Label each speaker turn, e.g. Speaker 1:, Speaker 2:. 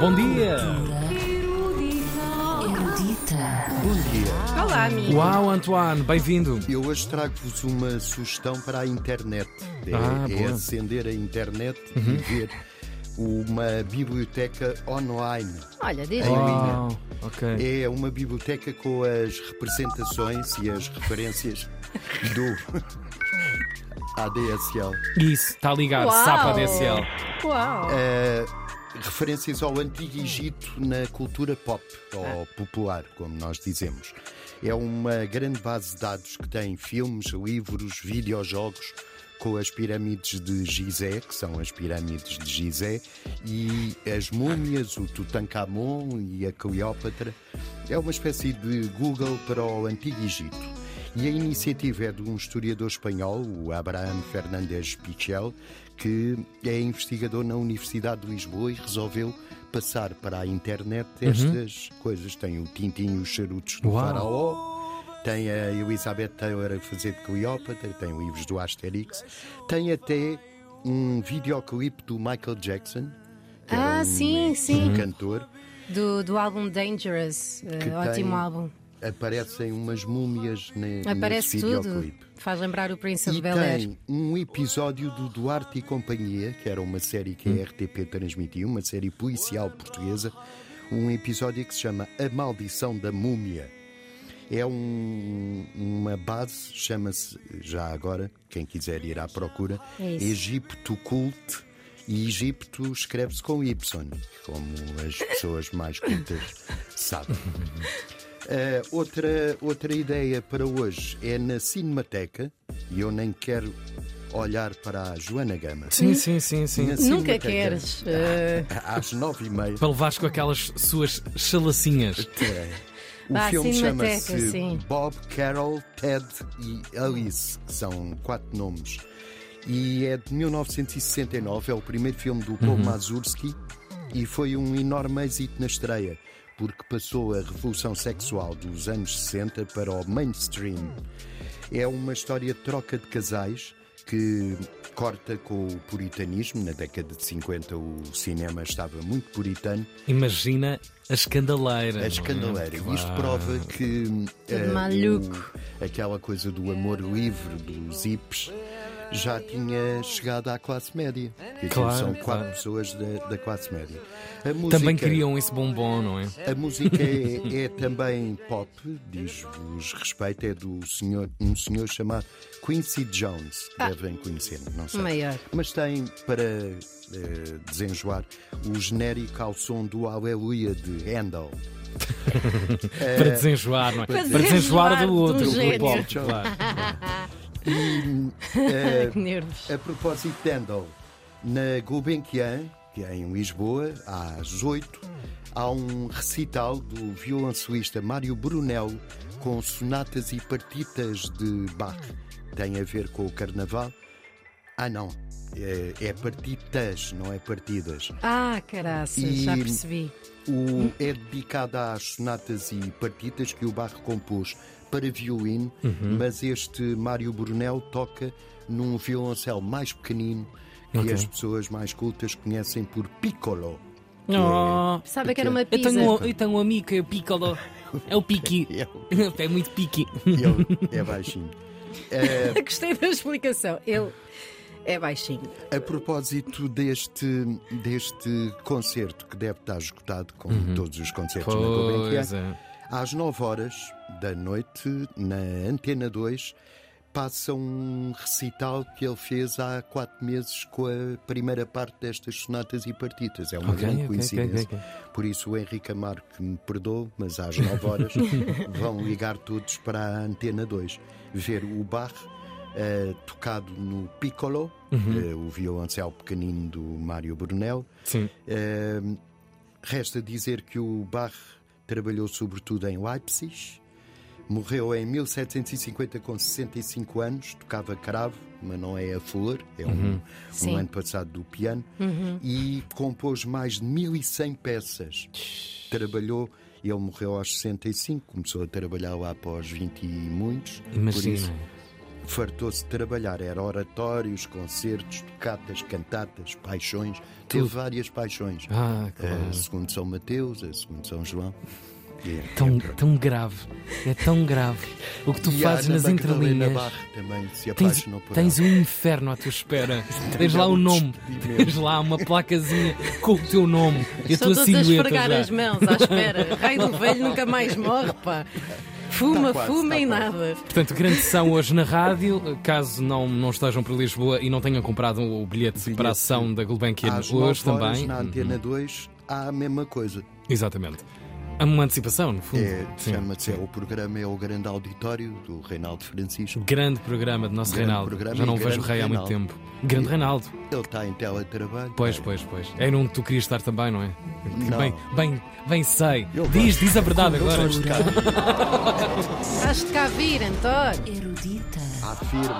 Speaker 1: Bom dia!
Speaker 2: Erudita.
Speaker 3: Olá, amigo.
Speaker 1: Uau, Antoine, bem-vindo!
Speaker 4: Eu hoje trago-vos uma sugestão para a internet. É,
Speaker 1: Ah,
Speaker 4: é
Speaker 1: boa.
Speaker 4: acender a internet e ver uma biblioteca online.
Speaker 3: Olha, diz
Speaker 4: Ei.
Speaker 1: Uau, ok.
Speaker 4: É uma biblioteca com as representações e as referências do ADSL.
Speaker 1: Isso, está ligado,
Speaker 3: Uau.
Speaker 1: Sapa DSL.
Speaker 3: Uau.
Speaker 4: Eh, referências ao Antigo Egito na cultura pop, ou popular, como nós dizemos. É uma grande base de dados que tem filmes, livros, videojogos com as pirâmides de Gizé, que são as pirâmides de Gizé, e as múmias, o Tutankhamon e a Cleópatra. É uma espécie de Google para o Antigo Egito. E a iniciativa é de um historiador espanhol, o Abraham Fernández Pichel, que é investigador na Universidade de Lisboa e resolveu passar para a internet estas coisas. Tem o Tintim e os charutos do
Speaker 1: Uau.
Speaker 4: faraó, tem a Elizabeth Taylor a fazer de Cleópatra, tem livros do Asterix, tem até um videoclipe do Michael Jackson, que era
Speaker 3: Ah,
Speaker 4: um,
Speaker 3: sim, sim.
Speaker 4: um cantor.
Speaker 3: Do, do álbum Dangerous. eh,
Speaker 4: Que
Speaker 3: ótimo
Speaker 4: tem-
Speaker 3: álbum.
Speaker 4: Aparecem umas múmias ne,
Speaker 3: Aparece
Speaker 4: nesse
Speaker 3: tudo.
Speaker 4: videoclipe.
Speaker 3: Faz lembrar o Prince of
Speaker 4: E
Speaker 3: Bel Air.
Speaker 4: tem um episódio do Duarte e Companhia, que era uma série que a RTP transmitiu, uma série policial portuguesa, um episódio que se chama A Maldição da Múmia. É um- uma base, chama-se, já agora, quem quiser ir à procura,
Speaker 3: É isso.
Speaker 4: Egipto Cult. E Egipto escreve-se com Y, como as pessoas mais cultas sabem. Uh, outra, outra ideia para hoje é na Cinemateca, e eu nem quero olhar para a Joana Gama.
Speaker 1: Sim, sim, sim, sim.
Speaker 4: Na
Speaker 3: Nunca
Speaker 4: Cinemateca,
Speaker 3: queres. eh,
Speaker 4: Às nove e meia.
Speaker 1: Para levares com aquelas suas chalacinhas.
Speaker 4: é. O
Speaker 3: Vá à
Speaker 4: filme
Speaker 3: Cinemateca,
Speaker 4: chama-se
Speaker 3: Ah, sim.
Speaker 4: Bob, Carol, Ted e Alice, que são quatro nomes. E é de 1969, é o primeiro filme do Paul Mazursky e foi um enorme êxito na estreia, porque passou a revolução sexual dos anos 60 para o mainstream. É uma história de troca de casais que corta com o puritanismo. Na década de 50 o cinema estava muito puritano,
Speaker 1: Imagina a escandaleira. não
Speaker 4: a
Speaker 1: é?
Speaker 4: escandaleira. E Isto
Speaker 1: Claro.
Speaker 4: prova que. eh,
Speaker 3: maluco.
Speaker 4: o- aquela coisa do amor livre, dos hips, já tinha chegado à classe média. E aquilo
Speaker 1: Claro,
Speaker 4: são quatro
Speaker 1: claro.
Speaker 4: pessoas da, da classe média. A música,
Speaker 1: Também queriam esse bombom, não é?
Speaker 4: A música é, é também pop, diz-vos respeito, é do senhor, um senhor chamado Quincy Jones, que devem conhecer, não sei.
Speaker 3: Maior.
Speaker 4: Mas tem, para eh, desenjoar, o genérico ao som do Aleluia de Handel.
Speaker 1: Para desenjoar, não é? Para
Speaker 3: desenjoar
Speaker 1: desenjoar
Speaker 3: de
Speaker 1: do
Speaker 3: um
Speaker 1: outro, do
Speaker 3: gênio.
Speaker 1: pop, claro.
Speaker 4: Eh,
Speaker 3: que nervos.
Speaker 4: A propósito de Handel, na Gulbenkian, que é em Lisboa, às 8, há um recital do violoncelista Mário Brunel com sonatas e partitas de Bach. Tem a ver com o carnaval? Ah, não. É, é partitas, não é partidas.
Speaker 3: Ah, caraças, já
Speaker 4: E-
Speaker 3: percebi.
Speaker 4: O, é dedicada às sonatas e partitas que o Bach compôs para violino, mas este Mário Brunel toca num violoncelo mais pequenino que
Speaker 1: Ok.
Speaker 4: as pessoas mais cultas conhecem por piccolo.
Speaker 1: Oh,
Speaker 3: Sabe que era uma
Speaker 1: eu,
Speaker 3: pizza.
Speaker 1: tenho, um- eu tenho um amigo que é o Piccolo. É o Piqui. É muito Piqui.
Speaker 4: Ele é baixinho. É.
Speaker 3: Gostei da explicação. Ele é baixinho.
Speaker 4: A propósito deste, deste concerto, que deve estar esgotado como todos os concertos na Gulbenkian,
Speaker 1: Uhum. Pois é.
Speaker 4: Às 9 horas da noite, na Antena 2, passa um recital que ele fez há 4 meses com a primeira parte destas sonatas e partitas. É uma
Speaker 1: Ok,
Speaker 4: grande
Speaker 1: ok,
Speaker 4: coincidência.
Speaker 1: ok, ok,
Speaker 4: Por isso, o Henrique Amaro que me perdoe, mas às 9 horas vão ligar todos para a Antena 2 ver o bar. eh, tocado no piccolo,
Speaker 1: Uhum.
Speaker 4: eh, o violoncelo pequenino do Mário Brunel,
Speaker 1: Sim.
Speaker 4: Ahm, resta dizer que o Bach trabalhou sobretudo em Leipzig. Morreu em 1750 com 65 anos, tocava cravo, mas não é a flor, é um,
Speaker 3: Sim.
Speaker 4: um ano passado do piano, e compôs mais de 1100 peças. Trabalhou, ele morreu aos 65, começou a trabalhar lá após 20 e muitos. Por
Speaker 1: Imagina.
Speaker 4: isso, Fartou-se de trabalhar, era oratórios, concertos, tocatas, cantatas, paixões. Teve várias paixões.
Speaker 1: Ah, claro.
Speaker 4: A segundo São Mateus, a segundo São João. E-
Speaker 1: Tão,
Speaker 4: e-
Speaker 1: tão grave, é tão grave. O que tu
Speaker 4: e a
Speaker 1: fazes
Speaker 4: Ana
Speaker 1: nas
Speaker 4: Magdalena
Speaker 1: entrelinhas.
Speaker 4: Barre também se
Speaker 1: Tens,
Speaker 4: apaixonou por
Speaker 1: tens
Speaker 4: ela.
Speaker 1: um inferno à tua espera. tens lá
Speaker 4: um
Speaker 1: o nome.
Speaker 4: despedimento.
Speaker 1: Tens lá uma placazinha com o teu nome e a
Speaker 3: Estou
Speaker 1: tua
Speaker 3: todos a
Speaker 1: silhueta.
Speaker 3: esfregar
Speaker 1: Já.
Speaker 3: as mãos à espera. Rei do velho nunca mais morre, pá. Fuma,
Speaker 4: Tá quase,
Speaker 3: fuma
Speaker 4: tá
Speaker 3: e
Speaker 4: quase.
Speaker 3: nada.
Speaker 1: Portanto, grande sessão hoje na rádio. Caso não, não estejam por Lisboa e não tenham comprado o bilhete, para a sessão da Gulbenkian
Speaker 4: Às
Speaker 1: hoje
Speaker 4: nove horas,
Speaker 1: também. Uhum.
Speaker 4: Na Antena 2 há a mesma coisa.
Speaker 1: Exatamente. Há uma antecipação, no fundo.
Speaker 4: É,
Speaker 1: Sim.
Speaker 4: Chama-se é, o programa é o Grande Auditório do Reinaldo Francisco.
Speaker 1: Grande programa do nosso
Speaker 4: Grande
Speaker 1: Reinaldo.
Speaker 4: programa
Speaker 1: Já não
Speaker 4: e
Speaker 1: vejo o
Speaker 4: grande
Speaker 1: rei há muito
Speaker 4: Reinaldo.
Speaker 1: tempo. Grande Reinaldo.
Speaker 4: Ele está em teletrabalho.
Speaker 1: Pois,
Speaker 4: É.
Speaker 1: pois, pois. Era onde tu querias estar também, não é?
Speaker 4: Não.
Speaker 1: Bem, bem, bem sei.
Speaker 4: Eu
Speaker 1: diz,
Speaker 4: gosto.
Speaker 1: diz a verdade
Speaker 4: Eu
Speaker 1: agora.
Speaker 4: gosto de cá.
Speaker 3: Estás de cá vir, António.
Speaker 2: Erudita.
Speaker 4: Afirma.